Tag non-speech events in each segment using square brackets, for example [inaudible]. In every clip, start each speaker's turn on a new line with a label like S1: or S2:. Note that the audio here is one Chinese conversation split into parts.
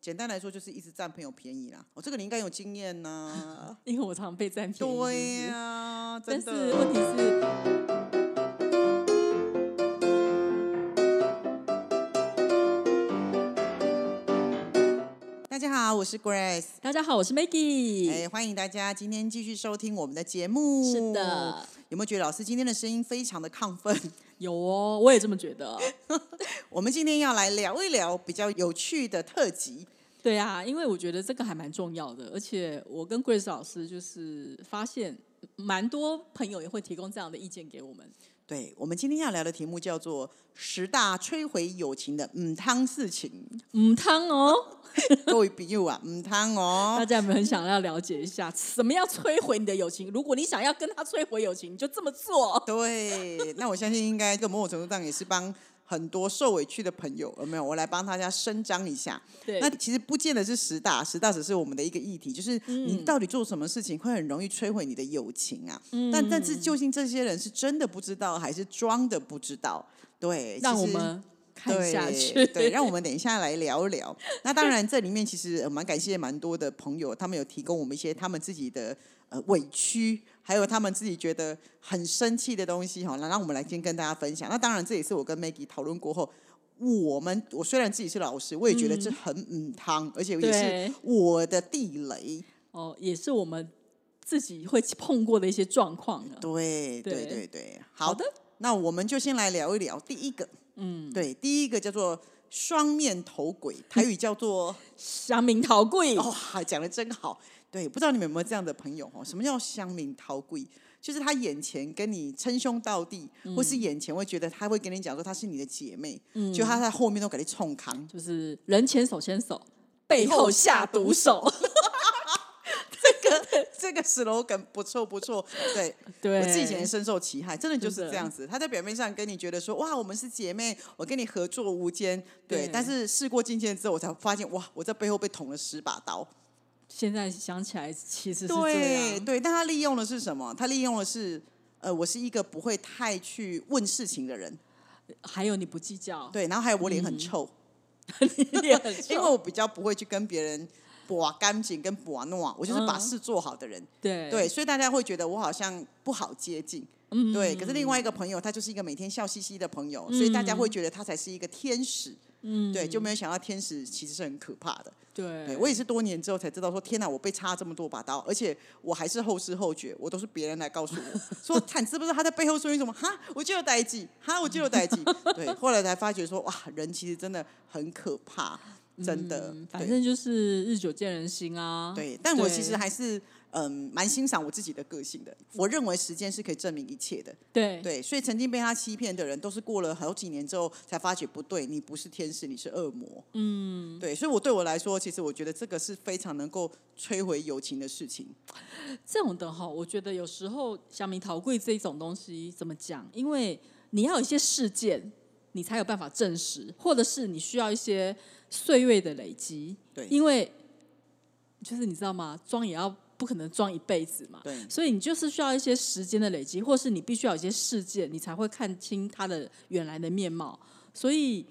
S1: 简单来说就是一直占朋友便宜啦。我、哦这个你应该有经验
S2: [laughs]
S1: 呐、
S2: 因为我常被占便宜。
S1: 对
S2: 是
S1: 呀、
S2: 不是
S1: 真
S2: 但是
S1: 的。
S2: 问题是，
S1: 大家好，我是 Grace，
S2: 大家好，我是 Maggie。
S1: 哎，欢迎大家今天继续收听我们的节目。
S2: 是，的，
S1: 有没有觉得老师今天的声音非常的亢奋？ [laughs]
S2: 有哦，我也这么觉得。
S1: 我们今天要来聊一聊比较有趣的特辑。
S2: 对啊，因为我觉得这个还蛮重要的，而且我跟 Grace 老师就是发现，蛮多朋友也会提供这样的意见给我们。
S1: 对，我们今天要聊的题目叫做“十大摧毁友情的嗯汤事情
S2: 嗯，汤哦，”，
S1: 各位朋友啊，嗯汤哦
S2: 大。家有没有很想要了解一下，什么样摧毁你的友情？如果你想要跟他摧毁友情，你就这么 [laughs] 做。
S1: 对，那我相信应该在某种程度上也是帮很多受委屈的朋友，有没有？我来帮大家伸张一下。
S2: 对
S1: 那，其实不见得是十大，十大只是我们的一个议题，就是你
S2: 嗯
S1: 到底做什么事情会很容易摧毁你的友情啊？但但
S2: 嗯
S1: 是究竟这些人是真的不知道，还是装的不知道？对，
S2: 让
S1: 其
S2: 我
S1: 实
S2: 们看
S1: 对
S2: 下去。
S1: 对，让我们等一下来聊一聊。那当然，这里面其实呃蛮感谢蛮多的朋友，他们有提供我们一些他们自己的呃委屈，还有他们自己觉得很生气的东西哈。那让我们来先跟大家分享。那当然，这也是我跟 Maggie 讨论过后。我们我虽然自己是老师，我也觉得这很嗯汤，而且也
S2: 对
S1: 是我的地雷。
S2: 哦，也是我们自己会碰过的一些状况了。
S1: 对对
S2: 对
S1: 对对，
S2: 好
S1: 好
S2: 的，
S1: 那我们就先来聊一聊第一个，嗯，对，第一个叫做双面头鬼，台语叫做
S2: 乡民逃贵，
S1: [laughs] 哦，讲的真好。对，不知道你们有没有这样的朋友哦？什么叫乡民逃贵？就是他眼前跟你称兄道弟，或
S2: 嗯
S1: 是眼前会觉得他会跟你讲说她是你的姐妹，就他在后面都给你冲扛。
S2: 就是人前手牵手，背后下毒手。
S1: 这个 slogan 不错不错，对
S2: [laughs] [laughs] 对，
S1: 我自己以前也深受其害，真的就是
S2: 真的
S1: 这样子。他在表面上跟你觉得说哇，我们是姐妹，我跟你合作无间，对。
S2: 对
S1: 但是事过境迁之后，我才发现哇，我在背后被捅了十把刀。
S2: 现在想起来其实是这
S1: 对
S2: 样。
S1: 对，但他利用的是什么？他利用的是，呃，我是一个不会太去问事情的人，
S2: 还有你不计较，
S1: 对，然后还有我脸很臭，
S2: [laughs] 也嗯很
S1: 因为
S2: 臭
S1: 我比较不会去跟别人把干净跟把弄啊，我就是把
S2: 嗯
S1: 事做好的人，
S2: [laughs] 对
S1: 对，所以大家会觉得我好像不好接近，
S2: 嗯
S1: 对。可是另外一个朋友，他就是一个每天笑嘻嘻的朋友，所以大家会觉得他才是一个天使，
S2: 嗯
S1: 对，就没有想到天使其实是很可怕的。对
S2: 对
S1: 我也是多年之后才知道说，天哪，我被插这么多把刀，而且我还是后知后觉，我都是别人来告诉我 [laughs] 说，看你知不知道他在背后说你什么？哈，我就有代际，哈，我就有代际。对，后来才发觉说，哇，人其实真的很可怕，真的。
S2: 嗯
S1: 对
S2: 反正就是日久见人心啊。
S1: 对，但我
S2: 对
S1: 其实还是嗯蛮欣赏我自己的个性的。我认为时间是可以证明一切的，
S2: 对
S1: 对，所以曾经被他欺骗的人，都是过了好几年之后才发觉不对，你不是天使，你是恶魔。嗯，对，所以我对我来说，其实我觉得这个是非常能够摧毁友情的事情。
S2: 这种的哈，我觉得有时候小米逃贵这种东西怎么讲？因为你要有一些事件，你才有办法证实，或者是你需要一些岁月的累积。
S1: 对
S2: 因为就是你知道吗？装也要不可能装一辈子嘛。
S1: 对
S2: 所以你就是需要一些时间的累积，或是你必须要有一些事件，你才会看清他的原来的面貌。所以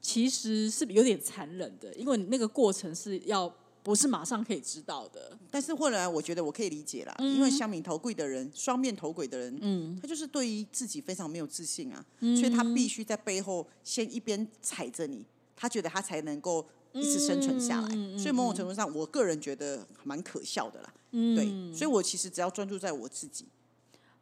S2: 其实是有点残忍的，因为你那个过程是要不是马上可以知道的。
S1: 但是后来我觉得我可以理解啦，因为像敏头贵的人，双面头鬼的人，嗯，他就是对于自己非常没有自信啊，所以他必须在背后先一边踩着你，他觉得他才能够一直生存下来。所以某种程度上，我个人觉得蛮可笑的啦，对，所以我其实只要专注在我自己，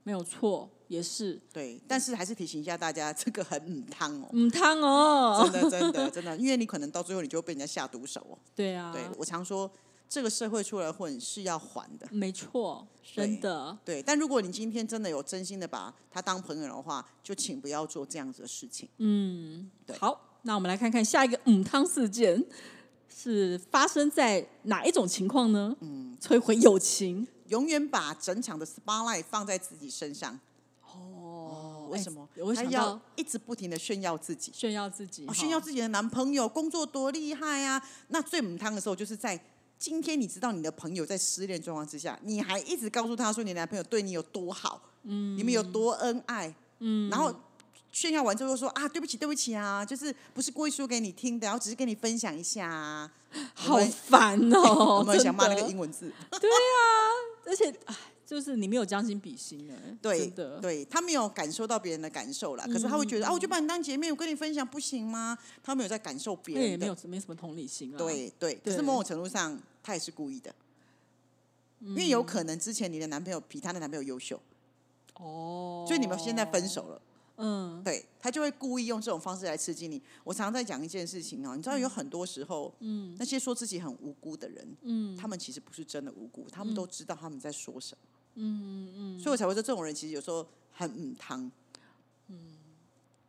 S2: 没有错，也是
S1: 对，但是还是提醒一下大家， [laughs] 这个很嗯汤哦。
S2: 嗯汤哦
S1: [laughs] 真，的，真的，真的，因为你可能到最后你就会被人家下毒手哦。
S2: 对啊，
S1: 对我常说，这个社会出来混是要还的，
S2: 没错，真的，
S1: 对，但如果你今天真的有真心的把他当朋友的话，就请不要做这样子的事情。
S2: 嗯
S1: 对
S2: 好，那我们来看看下一个嗯汤事件是发生在哪一种情况呢？嗯，摧毁友情
S1: 永远把整场的 spotlight 放在自己身上，
S2: 哦
S1: 为什么？
S2: 我
S1: 他
S2: 想
S1: 要
S2: 到
S1: 一直不停的炫耀自己，
S2: 炫耀自己
S1: 哦
S2: 哈，
S1: 炫耀自己的男朋友工作多厉害啊！那最母汤的时候，就是在今天你知道你的朋友在失恋状况之下，你还一直告诉他说你男朋友对你有多好，嗯，你们有多恩爱，嗯，然后炫耀完之后又说啊，对不起，对不起啊，就是不是故意说给你听的，然后只是跟你分享一下啊。
S2: 好
S1: 我们
S2: 烦
S1: [laughs]
S2: 哦、
S1: 我们
S2: 真
S1: 想骂那
S2: 的
S1: 个英文字，
S2: 而且哎，就是你没有将心比心哎、
S1: 对
S2: 真的，嗯
S1: 对，他没有感受到别人的感受啦，可是他会觉得啊，我就把你当姐妹，我跟你分享不行吗？他没有在感受别
S2: 那也
S1: 人
S2: 没
S1: 的
S2: 有，没什么同理心啊。，
S1: 对嗯对。可
S2: 对
S1: 是某种程度上，他也是故意的，因为有可能之前你的男朋友比她的男朋友优秀，
S2: 哦，
S1: 所以你们现在分，手了。
S2: 嗯
S1: 对他就会故意用这种方式来刺激你。我常常在讲一件事情哦，你知道有很多时候，嗯，那些说自己很无辜的人，
S2: 嗯
S1: 他们其实不是真的无辜，他们都知道他们在说什么，嗯嗯嗯，所以我才会说这种人其实有时候很嗯汤，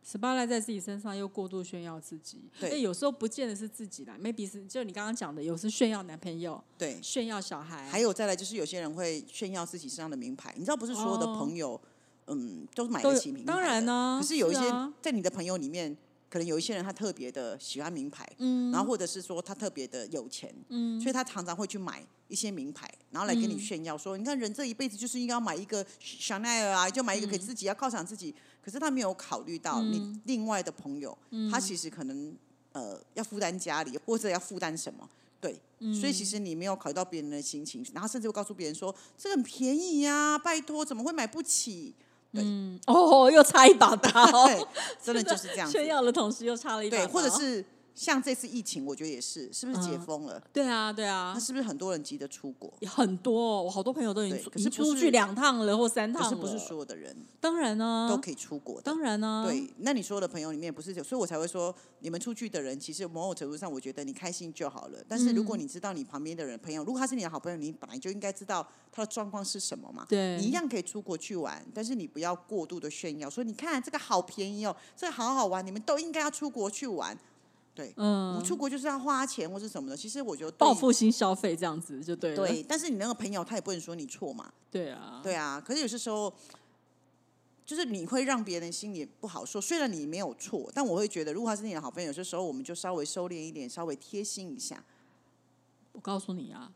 S2: 十八赖在自己身上又过度炫耀自己，
S1: 对
S2: 哎有时候不见得是自己啦，maybe 是就你刚刚讲的，有时炫耀男朋友，
S1: 对。
S2: 炫耀小孩，
S1: 还有再来就是有些人会炫耀自己身上的名牌，你知道不是所有的
S2: 哦
S1: 朋友，嗯，都买
S2: 都
S1: 得
S2: 有
S1: 起名牌的，
S2: 当然呢、
S1: 可是有一些
S2: 啊
S1: 在你的朋友里面，可能有一些人他特别的喜欢名牌，
S2: 嗯
S1: 然后或者是说他特别的有钱，
S2: 嗯
S1: 所以他常常会去买一些名牌，然后来跟你
S2: 嗯
S1: 炫耀说，你看人这一辈子就是应该要买一个 Chanel 啊，就买一个给自己，要犒赏自
S2: 嗯
S1: 己。可是他没有考虑到你另外的朋友，他其实可能呃要负担家里，或者要负担什么。对，
S2: 嗯
S1: 所以其实你没有考虑到别人的心情，然后甚至会告诉别人说这个很便宜呀、拜托怎么会买不起？
S2: 嗯哦，又差一把刀，
S1: 对，真的就是这样子。
S2: 炫耀的同时又差了一把
S1: 对，
S2: 刀，
S1: 或者是像这次疫情，我觉得也是，是不是解封了？
S2: 对啊对啊
S1: 那、，是不是很多人急着出国？
S2: 很多、哦，我好多朋友都已经
S1: 对
S2: 出
S1: 可是
S2: 已经
S1: 不
S2: 出
S1: 是
S2: 去两趟了或三趟
S1: 可
S2: 了，
S1: 是不是所有的人
S2: 当然呢、
S1: 都可以出国的。
S2: 当然啊呢、
S1: 对，那你说的朋友里面不是有，所以我才会说，你们出去的人，其实某种程度上，我觉得你开心就好了。但是如
S2: 嗯
S1: 果你知道你旁边的人朋友，如果他是你的好朋友，你本来就应该知道他的状况是什么嘛。
S2: 对
S1: 你一样可以出国去玩，但是你不要过度的炫耀，说你看这个好便宜哦，这个好好玩，你们都应该要出国去玩。对，
S2: 嗯
S1: 我，出国就是要花钱或是什么的。其实我觉得对
S2: 报复性消费这样子就对了。
S1: 对，但是你那个朋友他也不能说你错嘛，
S2: 对啊，
S1: 对啊。可是有些时候，就是你会让别人心里不好受。虽然你没有错，但我会觉得，如果他是你的好朋友，有些时候我们就稍微收敛一点，稍微贴心一下。
S2: 我告诉你啊，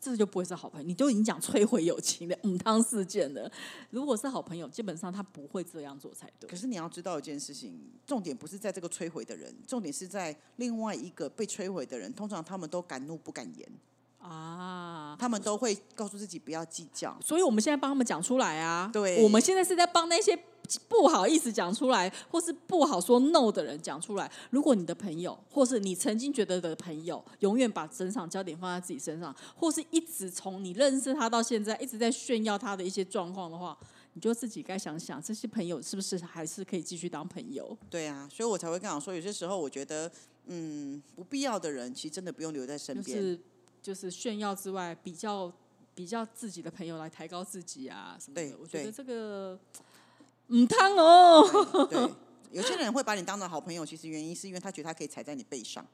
S2: 这就不会是好朋友。你都已经讲摧毁友情的母汤事件了。如果是好朋友，基本上他不会这样做才对
S1: 可。是你要知道一件事情，重点不是在这个摧毁的人，重点是在另外一个被摧毁的人。通常他们都敢怒不敢言，
S2: 啊，
S1: 他们都会告诉自己不要计较。
S2: 所以我们现在帮他们讲出来啊。
S1: 对
S2: 我们现在是在帮那些不好意思讲出来，或是不好说 no 的人讲出来。如果你的朋友，或是你曾经觉得的朋友，永远把整场焦点放在自己身上，或是一直从你认识他到现在一直在炫耀他的一些状况的话，你就自己该想想，这些朋友是不是还是可以继续当朋友？
S1: 对啊，所以我才会跟我说，有些时候我觉得，嗯，不必要的人其实真的不用留在身
S2: 就
S1: 边。
S2: 是就是炫耀之外，比较比较自己的朋友来抬高自己啊什么
S1: 对
S2: 的。我觉
S1: 对
S2: 得这个嗯汤哦，
S1: 对，有些人会把你当成好朋友，其实原因是因为他觉得他可以踩在你背上。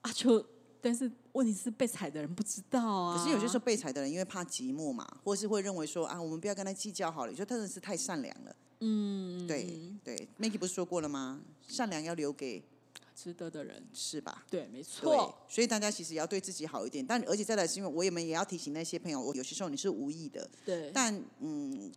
S2: 啊就但是问题是被踩的人不知道啊。
S1: 可是有些时候被踩的人因为怕寂寞嘛，或是会认为说啊，我们不要跟他计较好了。有时候他真的是太善良了。
S2: 嗯，
S1: 对对，Maggie 不是说过了吗？善良要留给
S2: 值得的人，
S1: 是吧？
S2: 对，没
S1: 对
S2: 错，，
S1: 所以大家其实也要对自己好一点。但而且再来是因为我们也要提醒那些朋友，我有些时候你是无意的，
S2: 对，
S1: 但嗯，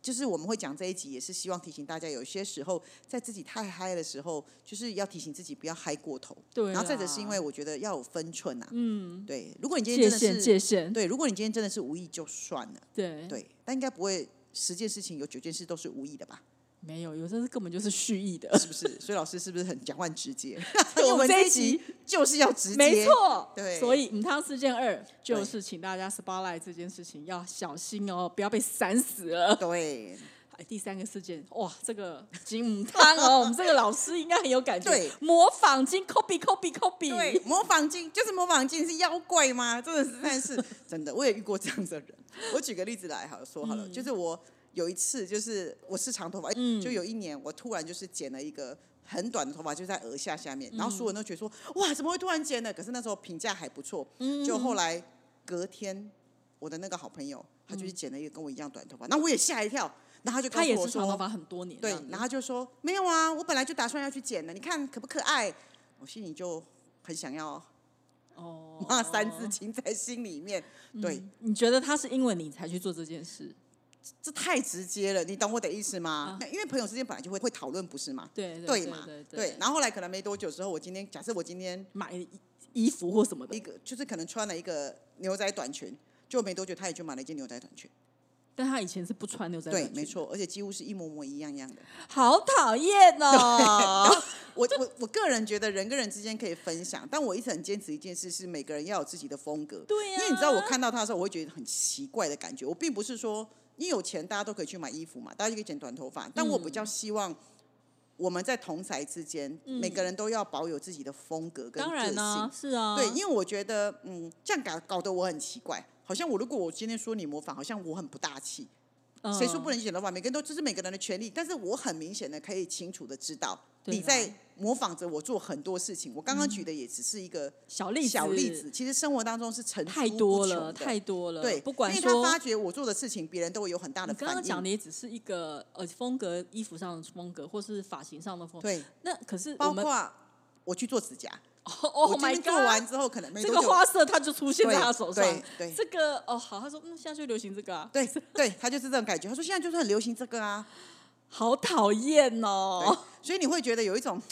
S1: 就是我们会讲这一集，也是希望提醒大家，有些时候在自己太嗨的时候，就是要提醒自己不要嗨过头。
S2: 对啊啦
S1: 然后再者是因为我觉得要有分寸啊。嗯，对。如果你今
S2: 界
S1: 天真
S2: 限
S1: 的是
S2: 界限，嗯
S1: 对，如果你今天真的是无意就算了，
S2: 对
S1: 对，但应该不会十件事情有九件事都是无意的
S2: [laughs]
S1: 吧？
S2: 没有，有时候根本就是蓄意的。
S1: 是不是？所以老师是不是很讲话很直接？
S2: 所以 [laughs] 我们这
S1: 一
S2: 一集
S1: [laughs] 集就是要直接，
S2: 没错，
S1: 对
S2: 所以母汤事件二就
S1: 对
S2: 是请大家 spotlight 这件事情要小心哦，不要被闪死了。
S1: 对
S2: 哎，第三个事件，哇，这个金母汤哦，我们这个老师应该很有感觉，
S1: 对
S2: 模仿金 copy copy copy，
S1: 对，模仿镜就是模仿镜是妖怪吗？真的是，但是真的，我也遇过这样的人。我举个例子来好了说好了，就是我有一次就是我是长头发，哎就有一年我突然就是剪了一个。很短的头发就在额下下面，然后所有人都觉得说哇，怎么会突然剪呢？可是那时候评价还不错，就后来隔天我的那个好朋友他就是剪了一个跟我一样短头发，那我也吓一跳，然后他就
S2: 他
S1: 告诉
S2: 也
S1: 我
S2: 是长头
S1: 说，
S2: 发很多年这
S1: 对
S2: 样子，，
S1: 然后他就说没有啊，我本来就打算要去剪的，你看可不可爱？我心里就很想要
S2: 哦
S1: [laughs]
S2: 嗯
S1: 骂三字，经在心里面。对，
S2: 你觉得他是因为你才去做这件事？
S1: 这太直接了，你懂我的意思吗？那因为朋友之间本来就会会讨论，不是吗？
S2: 对
S1: 对
S2: 啊对
S1: 嘛
S2: 对，
S1: 对。然后后来可能没多久之后，我今天假设我今天
S2: 买衣衣服或什么
S1: 一
S2: 的，
S1: 个就是可能穿了一个牛仔短裙，就没多久他也去买了一件牛仔短裙，
S2: 但他以前是不穿牛仔短
S1: 对，
S2: 裙，
S1: 没，错，而且几乎是一模模一样样的。
S2: 好讨厌哦！
S1: 我我我个人觉得人跟人之间可以分享，但我一直很坚持一件事，是每个人要有自己的风格。
S2: 对啊呀
S1: 因为你知道，我看到他的时候，我会觉得很奇怪的感觉。我并不是说你有钱，大家都可以去买衣服嘛，大家就可以剪短头发，但我比
S2: 嗯
S1: 较希望。我们在同才之间，每个人都要保有自己的风格
S2: [laughs]
S1: 跟
S2: 嗯当
S1: 个
S2: 然
S1: 性。
S2: 呢、是啊，
S1: 对，因为我觉得，嗯，这样搞搞得我很奇怪，好像我如果我今天说你模仿，好像我很不大气。
S2: 嗯
S1: 谁说不能剪头发？每个人都这是每个人的权利，但是我很明显的可以清楚的知道，
S2: 对啊
S1: 你
S2: 啦
S1: 在模仿着我做很多事情。我刚刚举的也只是一个
S2: 小例子
S1: 小例子，其实生活当中是层出
S2: 太多
S1: 不
S2: 了，
S1: 穷的
S2: 太多了，
S1: 对，
S2: 不管
S1: 因为他
S2: 说
S1: 发觉我做的事情，别人都会有很大的
S2: 你
S1: 反应。
S2: 刚刚讲的也只是一个呃风格，衣服上的风格，或是发型上的风格。
S1: 对，
S2: 那可是我
S1: 包
S2: 们
S1: 括我去做指甲，
S2: 哦
S1: 我今
S2: my
S1: 天
S2: god，
S1: 做完之后，可能没
S2: 这
S1: 多
S2: 个
S1: 久，
S2: 花色它就出现在
S1: 对
S2: 他手上
S1: 对。对
S2: 这个哦好，他说嗯，现在就流行这个啊，
S1: 对对，他就是这种感觉。他说现在就是很流行这个啊，
S2: 好讨厌
S1: 对
S2: 哦。，
S1: 所以你会觉得有一种，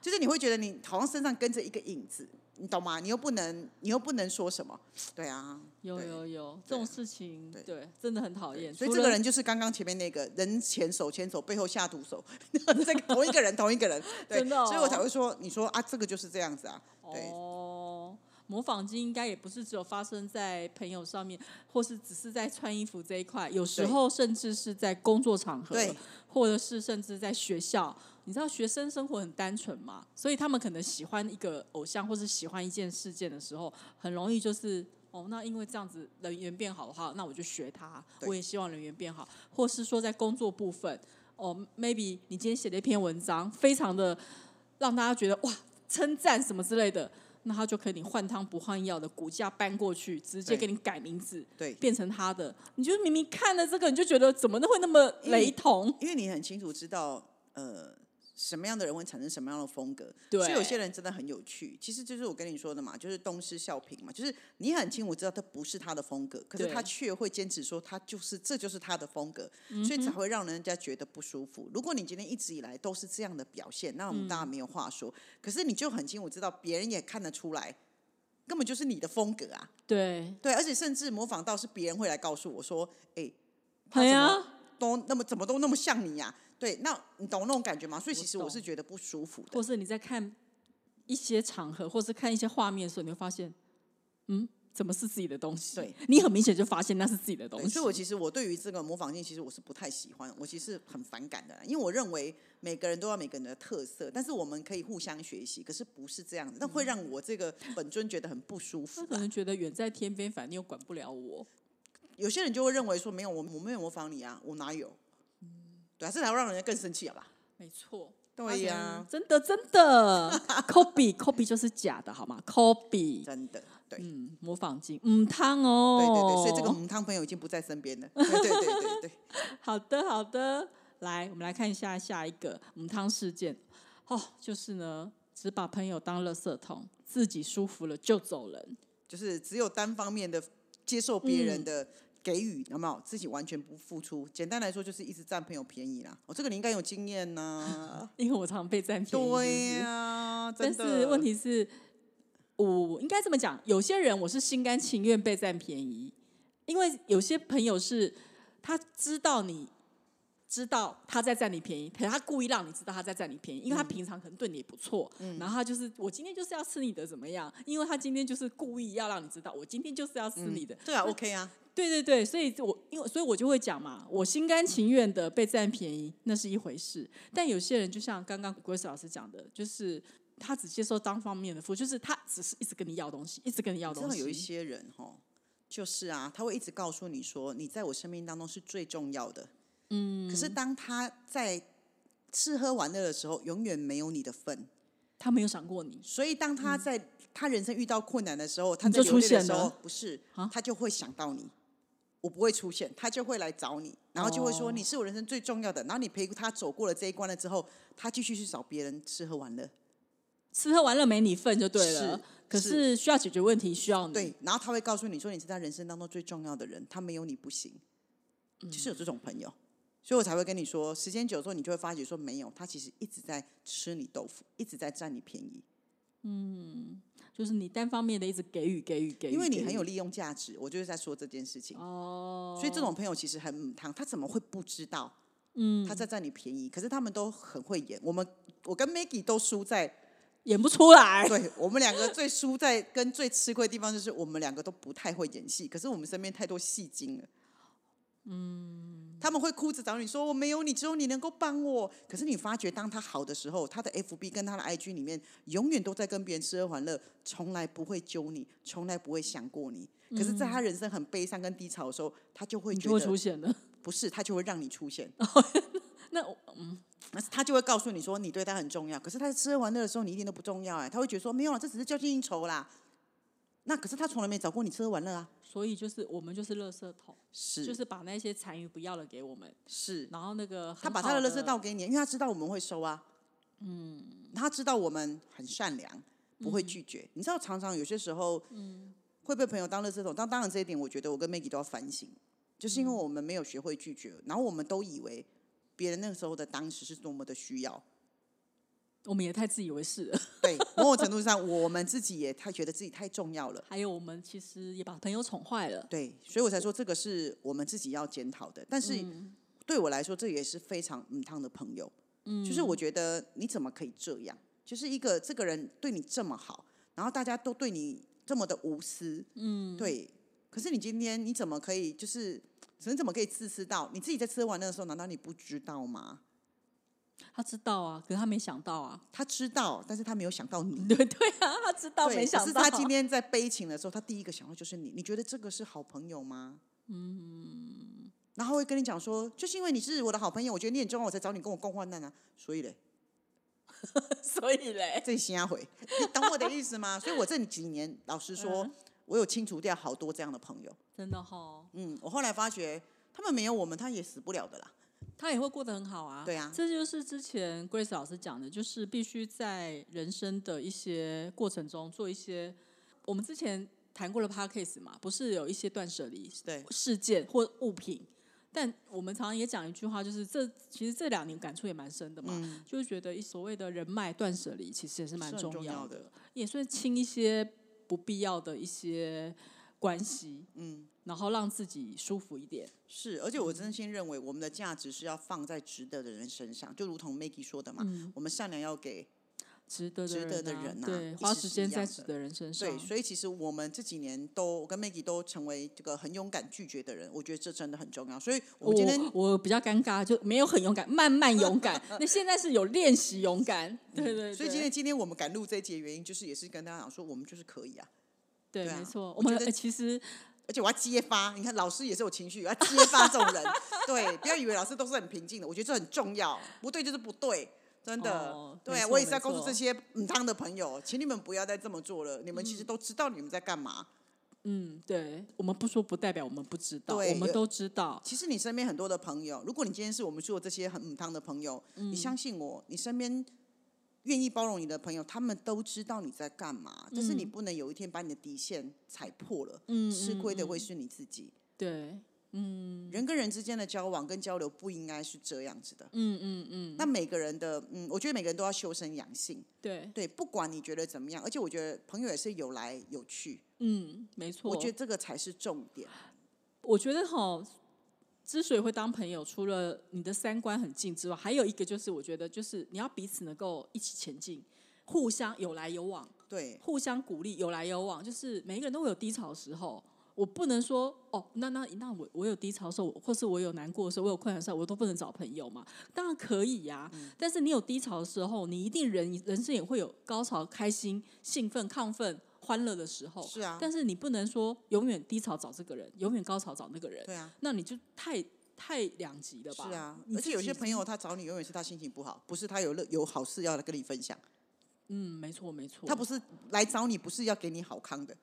S1: 就是你会觉得你好像身上跟着一个影子，你懂吗？你又不能，你又不能说什么，对啊，
S2: 有
S1: 对
S2: 有有，这种事情
S1: 对
S2: 对，真的很讨厌。
S1: 所以
S2: 除
S1: 这个
S2: 了
S1: 人就是刚刚前面那个人前手牵手，背后下毒手， [laughs] 这个同一个人，同一个人，对，
S2: 真的哦
S1: 所以我才会说，你说啊，这个就是这样子啊，对，
S2: 哦，模仿机应该也不是只有发生在朋友上面，或是只是在穿衣服这一块，有时
S1: 对
S2: 候甚至是在工作场合
S1: 对，
S2: 或者是甚至在学校。你知道学生生活很单纯嘛，所以他们可能喜欢一个偶像或是喜欢一件事件的时候，很容易就是哦，那因为这样子人缘变好的话，那我就学他，
S1: 对
S2: 我也希望人缘变好，或是说在工作部分，哦，maybe 你今天写了一篇文章，非常的让大家觉得哇，称赞什么之类的，那他就可以你换汤不换药的股价搬过去，直
S1: 对
S2: 接给你改名字，
S1: 对，
S2: 变成他的。你就明明看了这个，你就觉得怎么会那么雷同？
S1: 因为你很清楚知道，呃，什么样的人会产生什么样的风格。
S2: 对
S1: 所以有些人真的很有趣。其实就是我跟你说的嘛，就是东施效颦嘛，就是你很清楚知道他不是他的风格，可是
S2: 对
S1: 他却会坚持说他就是这就是他的风格，
S2: 嗯
S1: 所以才会让人家觉得不舒服。如果你今天一直以来都是这样的表现，那我们当
S2: 嗯
S1: 然没有话说。可是你就很清楚知道，别人也看得出来。根本就是你的风格啊，
S2: 对，
S1: 对，而且甚至模仿到是别人会来告诉我说，哎、他
S2: 对
S1: 怎么
S2: 啊，
S1: 都那么怎么都那么像你呀、对，那你懂那种感觉吗？所以其实
S2: 我懂
S1: 我是觉得不舒服的。
S2: 或是你在看一些场合，或是看一些画面的时候，你会发现，嗯，怎么是自己的东西？
S1: 对，
S2: 你很明显就发现那是自己的东
S1: 对
S2: 西。
S1: 所以我其实我对于这个模仿性，其实我是不太喜欢，我其实很反感的啦，因为我认为每个人都要每个人的特色，但是我们可以互相学习，可是不是这样子，那会让我这个本尊觉得很不舒服啊
S2: 他
S1: 啦。
S2: 嗯可能觉得远在天边，反正又管不了我。
S1: 有些人就会认为说，没有我我没有模仿你啊，我哪有？
S2: 嗯
S1: 对啊，这才会让人家更生气好吧？
S2: 没错，
S1: 对呀、
S2: 啊真的真的 [laughs] ，copy copy 就是假的，好吗？copy，
S1: 真的，对。
S2: 嗯，模仿镜，嗯，汤哦，
S1: 对对对，所以这个母汤朋友已经不在身边了。对对对对对，
S2: 好的，好的，来，我们来看一下下一个母汤事件。哦，就是呢，只把朋友当垃圾桶，自己舒服了就走人。
S1: 就是只有单方面的接受别
S2: 嗯
S1: 人的给予，有没有？自己完全不付出。简单来说，就是一直占朋友便宜啦。我、哦这个你应该有经验
S2: [laughs]
S1: 呐、
S2: 因为我常被占便宜。
S1: 对
S2: 是
S1: 呀、
S2: 不是
S1: 真的。
S2: 但是问，题是，我应该这么讲，有些人我是心甘情愿被占便宜，因为有些朋友是他知道你。知道他在占你便宜，可是他故意让你知道他在占你便宜，因为他
S1: 嗯
S2: 平常可能对你也不错，然后他就是我今天就是要吃你的怎么样？因为他今天就是故意要让你知道我今天就是要吃你的，
S1: 对啊，OK 啊，
S2: 对对对，所以我因为所以我就会讲嘛，我心甘情愿的被占便宜那是一回事，但有些人就像刚刚 Grace 老师讲的，就是他只接受单方面的付出，就是他只是一直跟你要东西，一直跟你要
S1: 真
S2: 东
S1: 的
S2: 西。
S1: 有一些人哈，就是啊，他会一直告诉你说，你在我生命当中是最重要的。嗯，可是当他在吃喝玩乐的时候，永远没有你的份。
S2: 他没有想过你，
S1: 所以当他在、他人生遇到困难的时候，他在
S2: 嗯就出
S1: 流泪的
S2: 现
S1: 时候
S2: 了，啊
S1: 不是他就会想到你，我不会出现，他就会来找你，然后就会说、
S2: 哦
S1: 你是我人生最重要的。然后你陪他走过了这一关了之后，他继续去找别人吃喝玩乐，
S2: 吃喝玩乐没你份就对了
S1: 是。
S2: 可是需要解决问题，需要你。
S1: 对，然后他会告诉你说你是他人生当中最重要的人，他没有你不行。
S2: 嗯
S1: 就是有这种朋友，所以我才会跟你说，时间久之后，你就会发觉说，没有，他其实一直在吃你豆腐，一直在占你便宜，
S2: 就是你单方面的一直给予给予给予，
S1: 因为你
S2: 给予
S1: 很有利用价值。我就是在说这件事情，
S2: 哦，
S1: 所以这种朋友其实很母汤，他怎么会不知道？嗯，他在占你便宜，可是他们都很会演。我们我跟 Maggie 都输在，
S2: 演不出来，
S1: 对我们两个最 [laughs] 输在跟最吃亏的地方就是我们两个都不太会演戏，可是我们身边太多戏精了。嗯，他们会哭着找你说我没有你，只有你能够帮我。可是你发觉，当他好的时候，他的 FB 跟他的 IG 里面永远都在跟别人吃喝玩乐，从来不会揪你，从来不会想过你。可是，在他人生很悲伤跟低潮的时候，他就会
S2: 嗯你
S1: 觉
S2: 就会
S1: 得
S2: 出现的。
S1: 不是，他就会让你出现，
S2: 那我
S1: 那是他就会告诉你说你对他很重要。可是他在吃喝玩乐的时候，你一点都不重要哎、他会觉得说没有了，这只是交际应酬啦。那可是他从来没找过你吃喝玩乐啊，
S2: 所以就是我们就是垃圾桶，
S1: 是
S2: 就是把那些残余不要的给我们，
S1: 是，
S2: 然后那个很
S1: 他把
S2: 好
S1: 他的
S2: 的
S1: 垃圾倒给你，因为他知道我们会收啊，嗯，他知道我们很善良，不会拒绝。你知道，常常有些时候，嗯，会被朋友当垃圾桶，但当然这一点，我觉得我跟 Maggie 都要反省，就是因为我们没有学会拒绝，然后我们都以为别人那个时候的当时是多么的需要，
S2: 我们也太自以为是了。 [laughs]
S1: 对，某种程度上，我们自己也太觉得自己太重要了。
S2: 还有我们其实也把朋友宠坏了，
S1: 对，所以我才说这个是我们自己要检讨的。但是对我来说，这也是非常嗯烫的朋友。嗯，就是我觉得你怎么可以这样？就是一个这个人对你这么好，然后大家都对你这么的无私，嗯，对。可是你今天你怎么可以就是，你怎么可以自私到你自己在吃完那的时候，难道你不知道吗？
S2: 他知道啊，可是他没想到啊， [laughs]
S1: 他知道，但是他没有想到你。
S2: 对对啊，他知道
S1: 对
S2: 没想
S1: 可是
S2: 到，
S1: 他今天在悲情的时候，他第一个想到就是你。你觉得这个是好朋友吗？嗯。
S2: 嗯
S1: 然后会跟你讲说，就是因为你是我的好朋友，我觉得你很重要，我才找你跟我共患难啊。所以嘞，
S2: [laughs] 所以嘞，
S1: 这瞎回，你懂我的意思吗？所以我这几年，老实说，
S2: 嗯
S1: 我有清除掉好多这样的朋友。
S2: 真的哈、
S1: 嗯，我后来发觉他们没有我们，他也死不了的啦。
S2: 他也会过得很好啊。
S1: 对啊
S2: 这就是之前 Grace 老师讲的，就是必须在人生的一些过程中做一些。我们之前谈过了 p a r k a s e 嘛，不是有一些断舍离
S1: 对，
S2: 事件或物品。但我们常常也讲一句话，就是这其实这两年感触也蛮深的嘛，就是觉得一所谓的人脉断舍离，其实也是
S1: 嗯
S2: 蛮
S1: 是很
S2: 重
S1: 重
S2: 要
S1: 要
S2: 的，
S1: 的
S2: 也算清一些不必要的一些关系，嗯，然后让自己舒服一点。
S1: 是，而且我
S2: 嗯
S1: 真心认为我们的价值是要放在值得的人身上，就如同 Maggie 说的嘛，
S2: 嗯
S1: 我们善良要给
S2: 值得的
S1: 值得的
S2: 人
S1: 人
S2: 啊
S1: 啊
S2: 对，
S1: 一
S2: 花
S1: 直
S2: 时
S1: 是
S2: 间
S1: 一样
S2: 在
S1: 的
S2: 值得人身上，
S1: 对，所以其实我们这几年都，我跟 Maggie 都成为这个很勇敢拒绝的人，我觉得这真的很重要。所以我
S2: 我
S1: 们今天
S2: 我比较尴尬，就没有很勇敢，慢慢勇敢。那现在是有练习勇敢，对对对。
S1: 所以今天今天我们敢录这一集的原因，就是也是跟大家讲说，我们就是可以啊，
S2: 对
S1: 对啊
S2: 没错，我
S1: 我觉
S2: 们
S1: 得
S2: 呃其实
S1: 而且我要揭发，你看老师也是有情绪，我要揭发这种人，对，不要以为老师都是很平静的，我觉得这很重要，不对就是不对。真的，
S2: 哦没
S1: 对
S2: 错
S1: 我也是要
S2: 没
S1: 告诉
S2: 错
S1: 这些嗯汤的朋友，请你们不要再这么做了。你们其实都知道你们在干嘛，
S2: 嗯，对我们不说不代表我们不知道，
S1: 对
S2: 我们
S1: 有
S2: 都知道。
S1: 其实你身边很多的朋友，如果你今天是我们做这些很母汤的朋友，
S2: 嗯
S1: 你相信我，你身边愿意包容你的朋友，他们都知道你在干嘛，但是你不能有一天把你的底线踩破了，
S2: 嗯
S1: 吃
S2: 嗯
S1: 亏的
S2: 嗯
S1: 会是你自己。
S2: 对，
S1: 人跟人之间的交往跟交流不应该是这样子的。
S2: 嗯嗯嗯，
S1: 那每个人的，嗯，我觉得每个人都要修身养性，
S2: 对，
S1: 对，不管你觉得怎么样，而且我觉得朋友也是有来有去，
S2: 嗯，没错。
S1: 我觉得这个才是重点。
S2: 我觉得哈，之所以会当朋友，除了你的三观很近之外，还有一个就是，我觉得就是你要彼此能够一起前进，互相有来有往。
S1: 对，
S2: 互相鼓励，有来有往，就是每一个人都会有低潮的时候。我不能说哦，那那那我我有低潮的时候，或是我有难过的时候，我有困难的时候，我都不能找朋友嘛？当然可以呀、
S1: 嗯
S2: 但是你有低潮的时候，你一定人人生也会有高潮、开心、兴奋、亢奋、欢乐的时候。
S1: 是啊
S2: 但是你不能说永远低潮找这个人，永远高潮找那个人，
S1: 对啊，
S2: 那你就太太两极了吧？
S1: 是啊
S2: 你，
S1: 而且有
S2: 自己嗯
S1: 些朋友他找你，永远是他心情不好，不是他有乐有好事要来跟你分享，
S2: 嗯，没错没错，
S1: 他不是来找你，不是要给你好康的，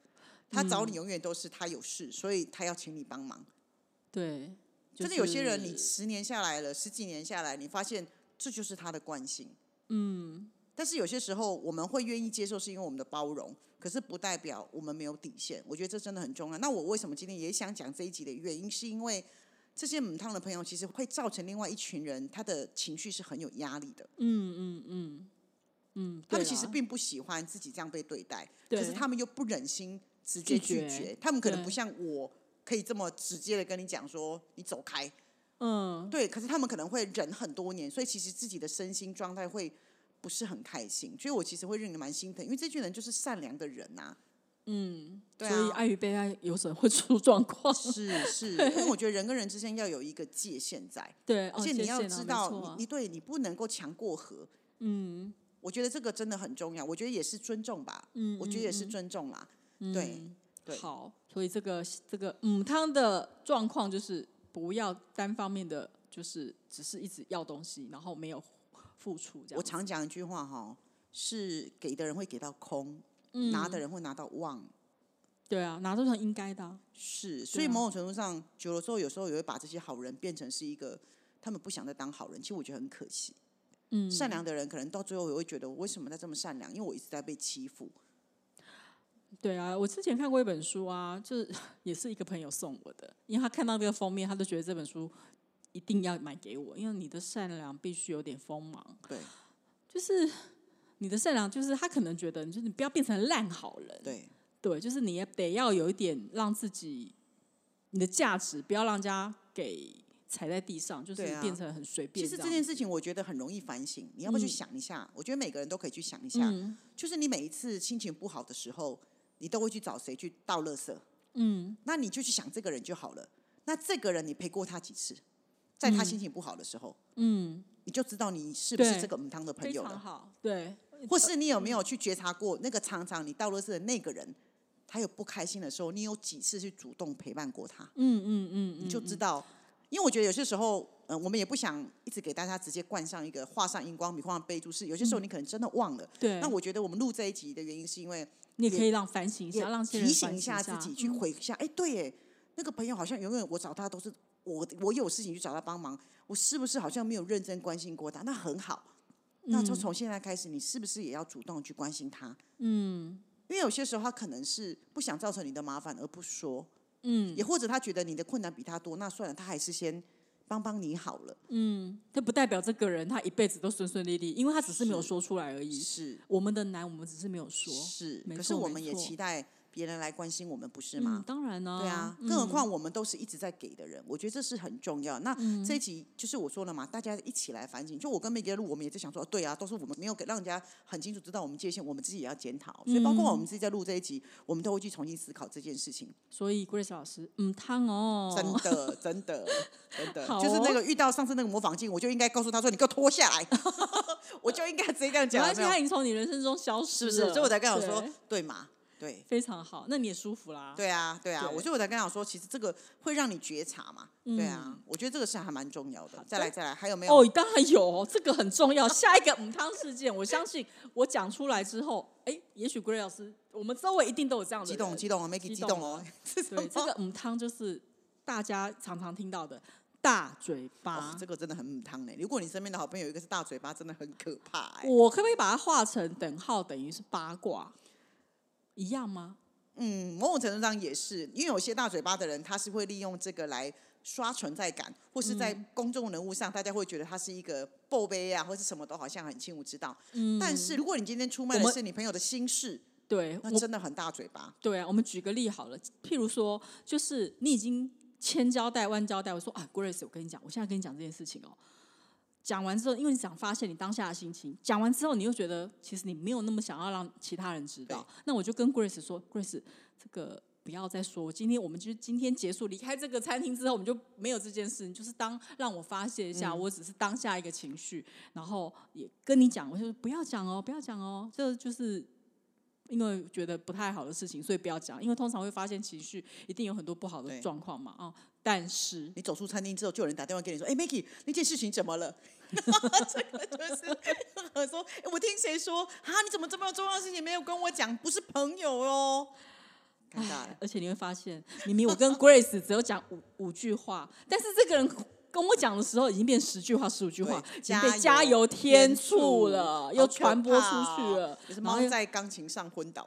S1: 他找
S2: 嗯
S1: 你永远都是他有事，所以他要请你帮忙。
S2: 对，就
S1: 真的有些人，
S2: 是
S1: 你十年下来了，十几年下来，你发现这就是他的惯性。嗯，但是有些时候我们会愿意接受，是因为我们的包容，可是不代表我们没有底线。我觉得这真的很重要。那我为什么今天也想讲这一集的原因，是因为这些母汤的朋友，其实会造成另外一群人他的情绪是很有压力的。
S2: 嗯嗯嗯嗯，
S1: 他们
S2: 对
S1: 其实
S2: 啦
S1: 并不喜欢自己这样被对待，
S2: 对
S1: 可是他们又不忍心直接拒
S2: 拒
S1: 绝。
S2: 绝
S1: 他们可能
S2: 对
S1: 不像我可以这么直接的跟你讲说你走开，
S2: 嗯
S1: 对。可是他们可能会忍很多年，所以其实自己的身心状态会不是很开心。所以我其实会让你蛮心疼，因为这群人就是善良的人
S2: [laughs]
S1: 呐、
S2: 嗯，
S1: 对
S2: 所以
S1: 啊，
S2: 爱与被爱有时候会出状况。
S1: 是是，因为我觉得人跟人之间要有一个界限在，
S2: [laughs] 对，
S1: 而且
S2: 哦、
S1: 你
S2: 界
S1: 要
S2: 限啊
S1: 知
S2: 没
S1: 道，
S2: 错
S1: 你
S2: 啊
S1: 你对你不能够强过河。
S2: 嗯
S1: 我觉得这个真的很重要，我觉得也是尊重吧，
S2: 嗯，
S1: 我觉得也是
S2: 嗯
S1: 尊重啦。
S2: 嗯
S1: 对对
S2: 好，所以这个这个母汤的状况就是不要单方面的，就是只是一直要东西，然后没有付出这样子。
S1: 我常讲一句话哈，是给的人会给到空，
S2: 嗯
S1: 拿的人会拿到忘。
S2: 对啊，拿都是应该的啊、
S1: 是，所以
S2: 对啊
S1: 某种程度上，久了之后，有时候也会把这些好人变成是一个他们不想再当好人。其实我觉得很可惜，
S2: 嗯，
S1: 善良的人可能到最后也会觉得，我为什么在这么善良？因为我一直在被欺负。
S2: 对啊，我之前看过一本书啊，就是 [laughs] 也是一个朋友送我的，因为他看到这个封面，他都觉得这本书一定要买给我，因为你的善良必须有点锋芒，
S1: 对
S2: 就是你的善良，就是他可能觉得，就是你不要变成烂好人，
S1: 对，
S2: 对，就是你也得要有一点让自己你的价值，不要让人家给踩在地上，就是
S1: 对啊
S2: 变成很随便
S1: 其
S2: 样子。
S1: 实这件事情我觉得很容易反省，你要不要去
S2: 嗯
S1: 想一下？我觉得每个人都可以去想一下，
S2: 嗯
S1: 就是你每一次心情不好的时候，你都会去找谁去倒垃圾。
S2: 嗯
S1: 那你就去想这个人就好了。那这个人你陪过他几次？在他心情不好的时候，
S2: 嗯，
S1: 你就知道你是不是
S2: 对
S1: 这个母汤的朋
S2: 非
S1: 友
S2: 常
S1: 了，
S2: 好，嗯对，
S1: 或是你有没有去觉察过那个常常你倒垃圾的那个人，他有不开心的时候，你有几次去主动陪伴过他？
S2: 嗯嗯嗯
S1: 你
S2: 嗯，
S1: 就知道，因为我觉得有些时候，嗯、我们也不想一直给大家直接冠上一个画上荧光笔、画上备注，是有些
S2: 嗯
S1: 时候你可能真的忘了。
S2: 对，
S1: 那我觉得我们录这一集的原因是因为
S2: 你也可以让反省一
S1: 也
S2: 下，让这些
S1: 提
S2: 人
S1: 醒
S2: 反
S1: 一
S2: 省
S1: 下
S2: 一嗯
S1: 自己，去回一下。哎、对，耶，那个朋友好像永远我找他都是我，我有事情去找他帮忙，我是不是好像没有认真关心过他？那很好，那就从现在开始，你是不是也要主动去关心他？
S2: 嗯
S1: 因为有些时候他可能是不想造成你的麻烦而不说，
S2: 嗯
S1: 也或者他觉得你的困难比他多，那算了，他还是先帮帮你好了。
S2: 嗯，这不代表这个人他一辈子都顺顺利利，因为他只是没有
S1: 是
S2: 说出来而已。
S1: 嗯是
S2: 我们的难，我们只是没有说，
S1: 是，
S2: 没
S1: 可是
S2: 错
S1: 我
S2: 没
S1: 们也
S2: 错
S1: 期待别人来关心我们，不是吗
S2: 嗯，？当然呢，
S1: 对啊，
S2: 嗯
S1: 更何况我们都是一直在给的人，我觉得这是很重要。那
S2: 嗯
S1: 这一集就是我说了嘛，大家一起来反省。就我跟梅格路，我们也在想说，对啊，都是我们没有给让人家很清楚知道我们界限，我们自己也要检讨。所以
S2: 嗯
S1: 包括我们自己在录这一集，我们都会去重新思考这件事情。
S2: 所以 Grace 老师，嗯，汤哦，
S1: 真的，真的，真的，
S2: [laughs] 好
S1: 就是那
S2: 哦
S1: 个遇到上次那个模仿镜，我就应该告诉他说，你给我脱下来， [laughs] 我就应该直接这样
S2: 没
S1: 讲，有没
S2: 关系，
S1: 有
S2: 他已经从你人生中消
S1: 是
S2: 失
S1: 不
S2: 了，
S1: 是？所以我才跟他说
S2: 对，
S1: 对嘛，对。
S2: 非常好，那你也舒服啦。，
S1: 对啊，对啊，
S2: 对
S1: 我所以我才跟他说，其实这个会让你觉察嘛，对啊
S2: 嗯，
S1: 我觉得这个是还蛮重要的。
S2: 的
S1: 再来，再来，还有没有？
S2: 哦，当然有，这个很重要。下一个母汤事件，我相信我讲出来之后，哎，也许 Grace 老师，我们周围一定都有这样的
S1: 激
S2: 人
S1: 动，激动哦，Maggie 激
S2: 激
S1: 动
S2: 动
S1: 哦
S2: 了，
S1: 什么
S2: 对，这个母汤就是大家常常听到的大嘴巴。
S1: 哦这个真的很母汤呢。如果你身边的好朋友有一个是大嘴巴，真的很可怕哎。
S2: 我可不可以把它画成等号等于是八卦一样吗？
S1: 嗯，某种程度上也是，因为有些大嘴巴的人，他是会利用这个来刷存在感，或是在
S2: 嗯
S1: 公众人物上，大家会觉得他是一个暴杯啊，或是什么都好像很清楚知道。
S2: 嗯，
S1: 但是如果你今天出卖
S2: 我
S1: 的
S2: 们
S1: 是你朋友的心事，
S2: 对
S1: 那
S2: 我
S1: 真的很大嘴巴。
S2: 对啊，我们举个例好了，譬如说，就是你已经千交代万交代，我说啊，Grace，我跟你讲，我现在跟你讲这件事情哦。讲完之后，因为你想发泄你当下的心情，讲完之后你又觉得其实你没有那么想要让其他人知道，那我就跟 Grace 说，Grace，这个不要再说，今天我们就是今天结束，离开这个餐厅之后，我们就没有这件事，你就是当让我发泄一下，我只是当下一个情绪，然后也跟你讲，我就说不要讲哦，不要讲哦，这就是。因为觉得不太好的事情，所以不要讲。因为通常会发现情绪一定有很多不好
S1: 对
S2: 的状况嘛，啊、但是
S1: 你走出餐厅之后，就有人打电话给你说：“哎、m a g g i e 那件事情怎么了？” [laughs] 这个就是我说，哎我听谁说啊？你怎么这么重要的事情没有跟我讲？不是朋友哦，尴尬了
S2: 唉。而且你会发现，明明我跟 Grace 只有讲五五句话，但是这个人跟我讲的时候，已经变十句话、十五句话，
S1: 对
S2: 已经被
S1: 加
S2: 加
S1: 油
S2: 油添
S1: 醋
S2: 醋了，
S1: 好
S2: 又
S1: 可
S2: 传播出
S1: 怕
S2: 去
S1: 哦
S2: 了，
S1: 就是
S2: 然后
S1: 猫
S2: 又
S1: 在钢琴上昏倒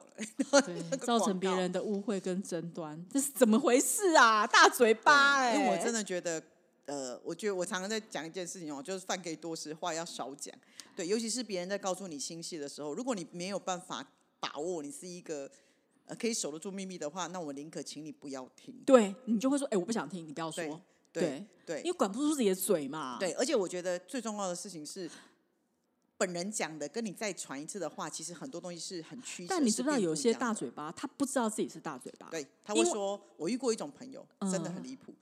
S1: 了，
S2: 对
S1: 那个
S2: 造
S1: 广
S2: 成别
S1: 告
S2: 人的误会跟争端，这是怎么回事啊？大嘴巴
S1: 因
S2: 哎、
S1: 为我真
S2: 的
S1: 的觉得呃，我觉得我常常在讲一件事情哦，就是饭可以多吃，话要少讲。对，尤其是别人在告诉你心事的时候，如果你没有办法把握，你是一个呃可以守得住秘密的话，那我宁可请你不要听。
S2: 对你就会说，哎、我不想听，你不要
S1: 对
S2: 说，
S1: 对对
S2: 因为管不住自己的嘴嘛。
S1: 对，而且我觉得最重要的事情是，本人讲的跟你再传一次的话，其实很多东西是很曲折。
S2: 但你
S1: 是
S2: 知不知道
S1: 并
S2: 有
S1: 一
S2: 些
S1: 样
S2: 大
S1: 的
S2: 嘴巴，他不知道自己是大嘴巴。
S1: 对，他
S2: 因
S1: 会
S2: 为
S1: 说，我遇过一种朋友，真的很
S2: 嗯
S1: 离谱。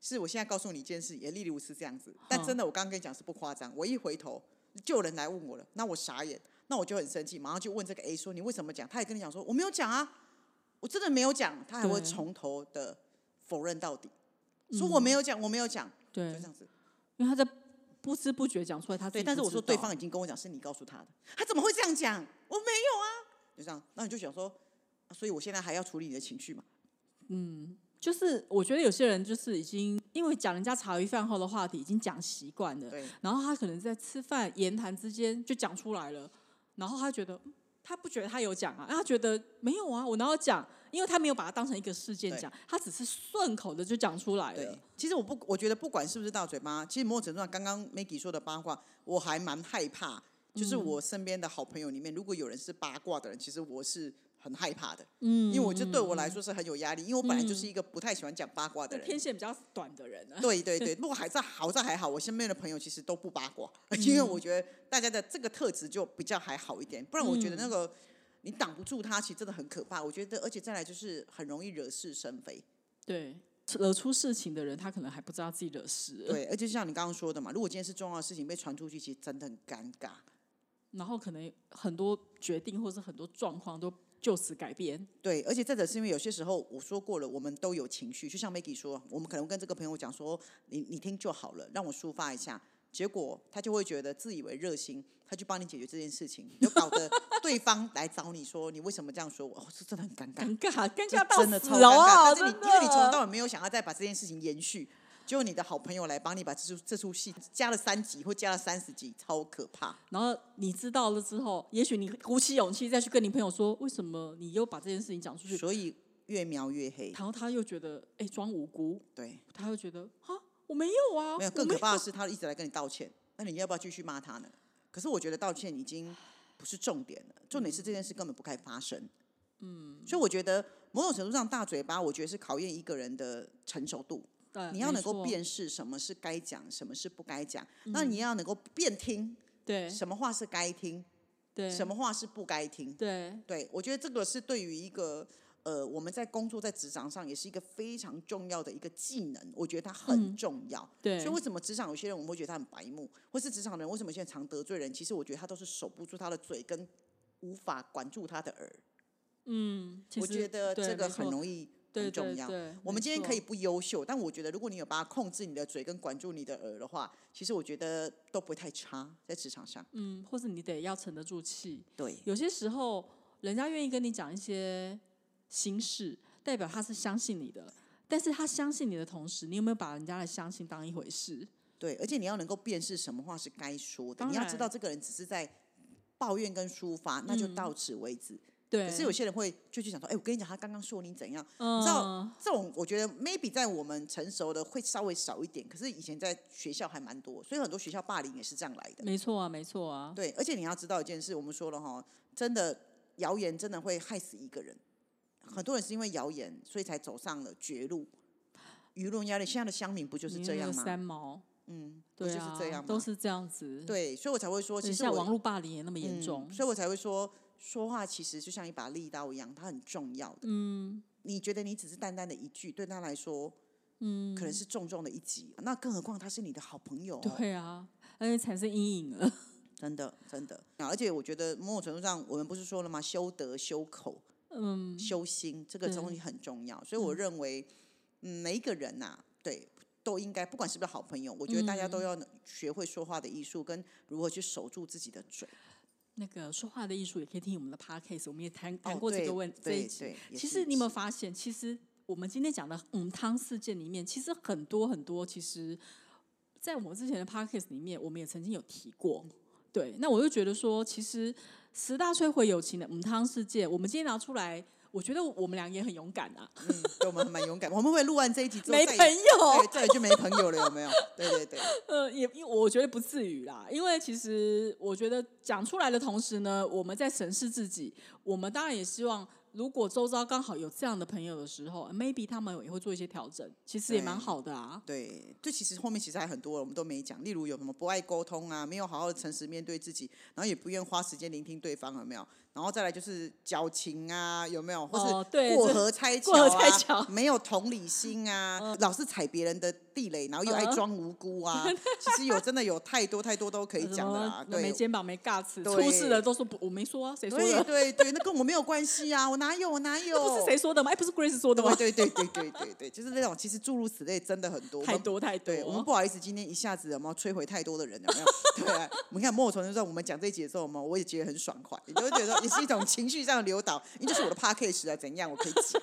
S1: 是我现在告诉你一件事，也例如是这样子，但真的我刚刚跟你讲是不夸张。我一回头就有人来问我了，那我傻眼，那我就很生气，马上就问这个 A 说你为什么讲？他也跟你讲说我没有讲啊，我真的没有讲，他还会
S2: 对
S1: 从头的否认到底，说我没有讲，我没有讲，就
S2: 对
S1: 这，样子。
S2: 因为他在不知不觉讲出来，他自
S1: 嗯对，
S2: 己
S1: 但是
S2: 不
S1: 我说
S2: 知
S1: 对
S2: 道
S1: 方已经跟我讲是你告诉他的，他怎么会这样讲？我没有啊，就这样。那你就想说，啊所以我现在还要处理你的情绪嘛？
S2: 就是我觉得有些人就是已经因为讲人家茶余饭后的话题已经讲习惯了，
S1: 对，
S2: 然后他可能在吃饭言谈之间就讲出来了，然后他觉得嗯他不觉得他有讲啊，他觉得没有啊，我哪有讲？因为他没有把它当成一个事件
S1: 对
S2: 讲，他只是顺口的就讲出来
S1: 对
S2: 了。，
S1: 其实我不，我觉得不管是不是大嘴巴，其实某种程度上，刚刚 Maggie 说的八卦，我还蛮害怕。
S2: 嗯
S1: 就是我身边的好朋友里面，如果有人是八卦的人，其实我是很害怕的，
S2: 嗯
S1: 因为我就对我来说是很有压力，因为我本来就是一个不太喜欢讲八卦的
S2: 就
S1: 人。
S2: 偏线比较短的人啊，
S1: 对对对，不过还在好在还好，我身边的朋友其实都不八卦，
S2: 嗯
S1: 因为我觉得大家的这个特质就比较还好一点，不然我觉得
S2: 嗯
S1: 那个你挡不住他，其实真的很可怕。我觉得，而且再来就是很容易惹是生非。
S2: 对，惹出事情的人，他可能还不知道自己惹 [laughs] 事了，
S1: 对，而且就像你刚刚说的嘛，如果今天是重要的事情被传出去，其实真的很尴尬。
S2: 然后可能很多决定或是很多状况都就此改变。
S1: 对，而且再者是因为有些时候我说过了，我们都有情绪，就像 Maggie 说，我们可能跟这个朋友讲说，你你听就好了，让我抒发一下。结果他就会觉得自以为热心，他去帮你解决这件事情，就搞
S2: [laughs]
S1: 得对方来找你说你为什么这样说我，哦，这真的很尴尬，
S2: 尴尬，尴
S1: 这
S2: 尬到
S1: 真的
S2: 死
S1: 超尴
S2: 了
S1: 尬。
S2: 啊！
S1: 但是你
S2: 真
S1: 因为你从头
S2: 的
S1: 到尾没有想要再把这件事情延续，结果你的好朋友来帮你把这出这出戏加了三集或加了三十集，超可怕。
S2: 然后你知道了之后，也许你鼓起勇气再去跟你朋友说，为什么你又把这件事情讲出去？
S1: 所以越描越黑，
S2: 然后他又觉得，哎、装无辜，
S1: 对。
S2: 他又觉得，啊，我没有啊，
S1: 没有，
S2: 我
S1: 更可怕的是，他一直来跟你道歉，那你要不要继续骂他呢？可是我觉得道歉已经不是重点了，
S2: 嗯
S1: 重点是这件事根本不该发生。嗯，所以我觉得某种程度上，大嘴巴我觉得是考验一个人的成熟度。
S2: 对
S1: 你要
S2: 呃没
S1: 能够
S2: 错嗯
S1: 辨识什么是该讲，什么是不该讲。那你要能够辨听，
S2: 对
S1: 什么话是该听，
S2: 对
S1: 什么话是不该听。
S2: 对
S1: 对，我觉得这个是对于一个呃，我们在工作在职场上也是一个非常重要的一个技能，我觉得它很重要。
S2: 嗯对
S1: 所以为什么职场有些人我们会觉得他很白目，或是职场人为什么现在常得罪人？其实我觉得他都是守不住他的嘴，跟无法管住他的耳。
S2: 嗯，其
S1: 我
S2: 实
S1: 觉得
S2: 对
S1: 这个
S2: 没
S1: 很
S2: 错
S1: 容易。
S2: 对
S1: 很重
S2: 对
S1: 要
S2: 对。
S1: 我
S2: 没
S1: 们今天可以
S2: 错
S1: 不优秀，但我觉得如果你有把它控制你的嘴跟管住你的耳的话，其实我觉得都不会太差在职场上。
S2: 嗯，或是你得要沉得住气，
S1: 对，
S2: 有些时候，人家愿意跟你讲一些心事，代表他是相信你的。但是他相信你的同时，你有没有把人家的相信当一回事？
S1: 对，而且你要能够辨识什么话是该说的，
S2: 当
S1: 你要
S2: 然嗯
S1: 知道这个人只是在抱怨跟抒发，那就到此为止。
S2: 对，
S1: 可是有些人会就去想说，哎、我跟你讲，他刚刚说你怎样，
S2: 嗯
S1: 你知道这种我觉得 maybe 在我们成熟的会稍微少一点，可是以前在学校还蛮多，所以很多学校霸凌也是这样来的。
S2: 没错啊，没错啊，
S1: 对，而且你要知道一件事，我们说了哈，真的谣言真的会害死一个人，很多人是因为谣言，所以才走上了绝路。舆论压力，现在的乡民不就是
S2: 你
S1: 这
S2: 那
S1: 样
S2: 个
S1: 吗？
S2: 三毛，
S1: 嗯，不
S2: 对
S1: 就是
S2: 啊，
S1: 这样吗？
S2: 都是这样子。，
S1: 对，所以我才会说，其实
S2: 嗯像
S1: 我
S2: 网络霸凌也那么严
S1: 嗯
S2: 重，
S1: 所以我才会说，说话其实就像一把利刀一样，它很重要的。嗯，你觉得你只是淡淡的一句，对他来说，嗯，可能是重重的一击。那更何况他是你的好朋友、哦，
S2: 对啊，而且产生阴影
S1: [laughs]
S2: 了。
S1: 真的真的。啊而且我觉得某种程度上，我们不是说了吗？修德、修口、
S2: 嗯，
S1: 修心，这个东西很重要。所以我认为，嗯，每一个人呐、对。都应该，不管是不是好朋友，我觉得大
S2: 嗯
S1: 家都要学会说话的艺术，跟如何去守住自己的嘴。
S2: 那个说话的艺术也可以听我们的 podcast，我们也谈
S1: 哦
S2: 谈过这
S1: 对
S2: 个问、这
S1: 对
S2: 一集
S1: 对。也
S2: 其
S1: 是
S2: 实你有没有
S1: 是
S2: 发现，其实我们今天讲的嗯汤事件里面，其实很多很多，其实在我们之前的 podcast 里面，我们也曾经有提过。对，那我就觉得说，其实十大摧毁友情的嗯汤事件，我们今天拿出来。我觉得我们俩也很勇敢啊，
S1: 嗯，对我们还蛮勇敢。我们会录完这一集之后，
S2: 没
S1: 再
S2: 朋
S1: 也对，
S2: 友，
S1: 再也就没朋友了，有没有？ [laughs] 对对对，
S2: 呃，也因为我觉得不至于啦，因为其实我觉得讲出来的同时呢，我们在审视自己，我们当然也希望。如果周遭刚好有这样的朋友的时候，maybe 他们也会做一些调整，其实也蛮
S1: 对
S2: 好的啊。
S1: 对，这其实后面其实还很多，我们都没讲。例如有什么不爱沟通啊，没有好好的诚实面对自己，然后也不愿花时间聆听对方，有没有？然后再来就是矫情啊，有没有？或
S2: 哦
S1: 是
S2: 对
S1: 过
S2: 这
S1: 河拆桥、
S2: 过
S1: 啊
S2: 河拆桥
S1: 没有同理心
S2: [laughs]
S1: 啊，老是踩别人的地雷，然后又爱
S2: 嗯
S1: 装无辜啊。 [laughs] 其实有真的有太多太多都可以
S2: 什
S1: 讲的
S2: 么
S1: 啦。对
S2: 没，肩膀没尬词，
S1: 对
S2: 出事了都说不，我没说啊，谁说
S1: 对
S2: 的？
S1: 对对，那跟我没有关系啊，我哪有我哪有？
S2: 不是谁说的吗？哎，不是 Grace 说的吗？
S1: 对对对对对对对，就是那种其实诸如此类真的很多，我们
S2: 太多太
S1: 对我们
S2: 多。
S1: 不好意思，今天一下子有没有摧毁太多的人？有没有？
S2: [laughs]
S1: 对啊，你看《莫愁就算我们讲这一集的时候，我们我也觉得很爽快，你就会觉得也是一种情绪上的流导，因为就是我的 p a c k a g e 啊，怎样我可以讲？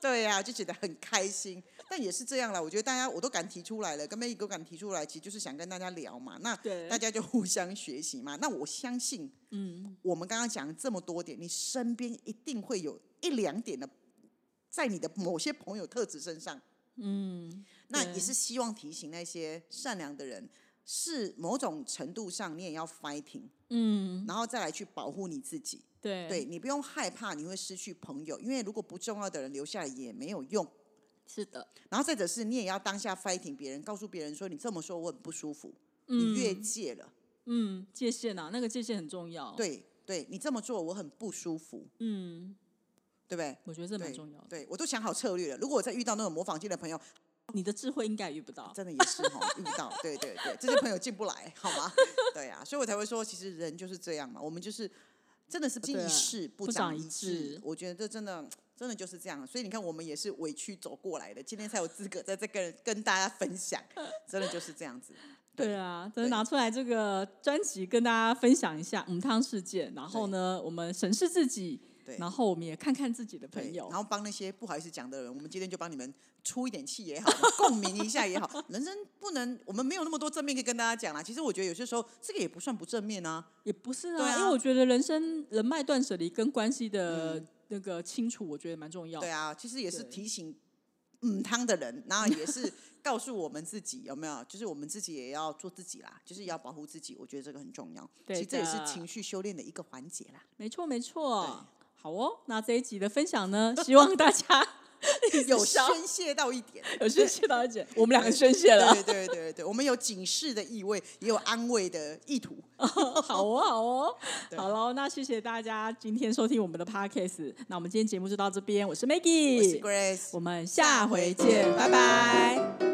S1: 对呀、啊，就觉得很开心。但也是这样啦，我觉得大家我都敢提出来了，跟 Maggie 都敢提出来，其实就是想跟大家聊嘛。那
S2: 对
S1: 大家就互相学习嘛。那我相信，嗯，我们刚刚讲这么多点，你身边一定会有一两点的，在你的某些朋友特质身上，那
S2: 嗯对
S1: 也是希望提醒那些善良的人，是某种程度上你也要 fighting，
S2: 嗯，
S1: 然后再来去保护你自己。
S2: 对
S1: 对你不用害怕你会失去朋友，因为如果不重要的人留下来也没有用。
S2: 是的，
S1: 然后再者是你也要当下 fighting 别人，告诉别人说你这么说我很不舒服，
S2: 嗯
S1: 你越界了。
S2: 嗯，界限啊，那个界限很重要。，
S1: 对对，你这么做我很不舒服，
S2: 嗯，
S1: 对不对？
S2: 我觉得这蛮
S1: 对
S2: 重要的。
S1: 对，我都想好策略了。如果我再遇到那种模仿性的朋友，
S2: 你的智慧应该也遇不到。
S1: 真的也是哈，遇到，对对对，这些朋友进不来，好吗？对啊，所以我才会说，其实人就是这样嘛，我们就是真的是经一
S2: 对啊
S1: 事不
S2: 不
S1: 长
S2: 长一
S1: 一智
S2: 智，
S1: 我觉得这真的真的就是这样。所以你看，我们也是委屈走过来的，今天才有资格在这跟跟大家分享，真的就是这样
S2: [laughs]
S1: 子。
S2: 对啊，真
S1: 对
S2: 的拿出来这个专辑跟大家分享一下母汤事件，然后呢，我们审视自己，
S1: 对
S2: 然后我们也看看自己的
S1: 对
S2: 朋友
S1: 然。后帮那些不好意思讲的人，我们今天就帮你们出一点气也好， [laughs] 共鸣一下也好。人生不能，我们没有那么多正面可以跟大家讲啦。其实我觉得有些时候这个也不算不正面啊。
S2: 也不是啊，
S1: 对啊
S2: 因为我觉得人生人脉断舍离跟关系的那个清楚，我觉得蛮重要
S1: 嗯
S2: 的
S1: 对。啊，其实也是
S2: 哦对
S1: 提醒嗯汤的人，然后也
S2: [laughs]
S1: 是告诉我们自己有没有，就是我们自己也要做自己啦，就是也要保护自己，我觉得这个很重要。
S2: 对
S1: 其实这也是
S2: 的
S1: 情绪修炼的一个环节啦。
S2: 没错，没错。好哦，那这一集的分
S1: [laughs]
S2: 享呢，希望大家
S1: 有
S2: 笑
S1: 宣泄到一点，
S2: 有宣泄到一点，我们两个 [laughs] 宣泄了。
S1: 对对对对，我们有警示的意味，也有安慰的意图。
S2: [laughs] 好哦，好哦，
S1: 对
S2: 好喽，那谢谢大家今天收听我们的 podcast。那我们今天节目就到这边，我是
S1: 我是
S2: Maggie，
S1: Grace，
S2: 我们下回见，拜拜。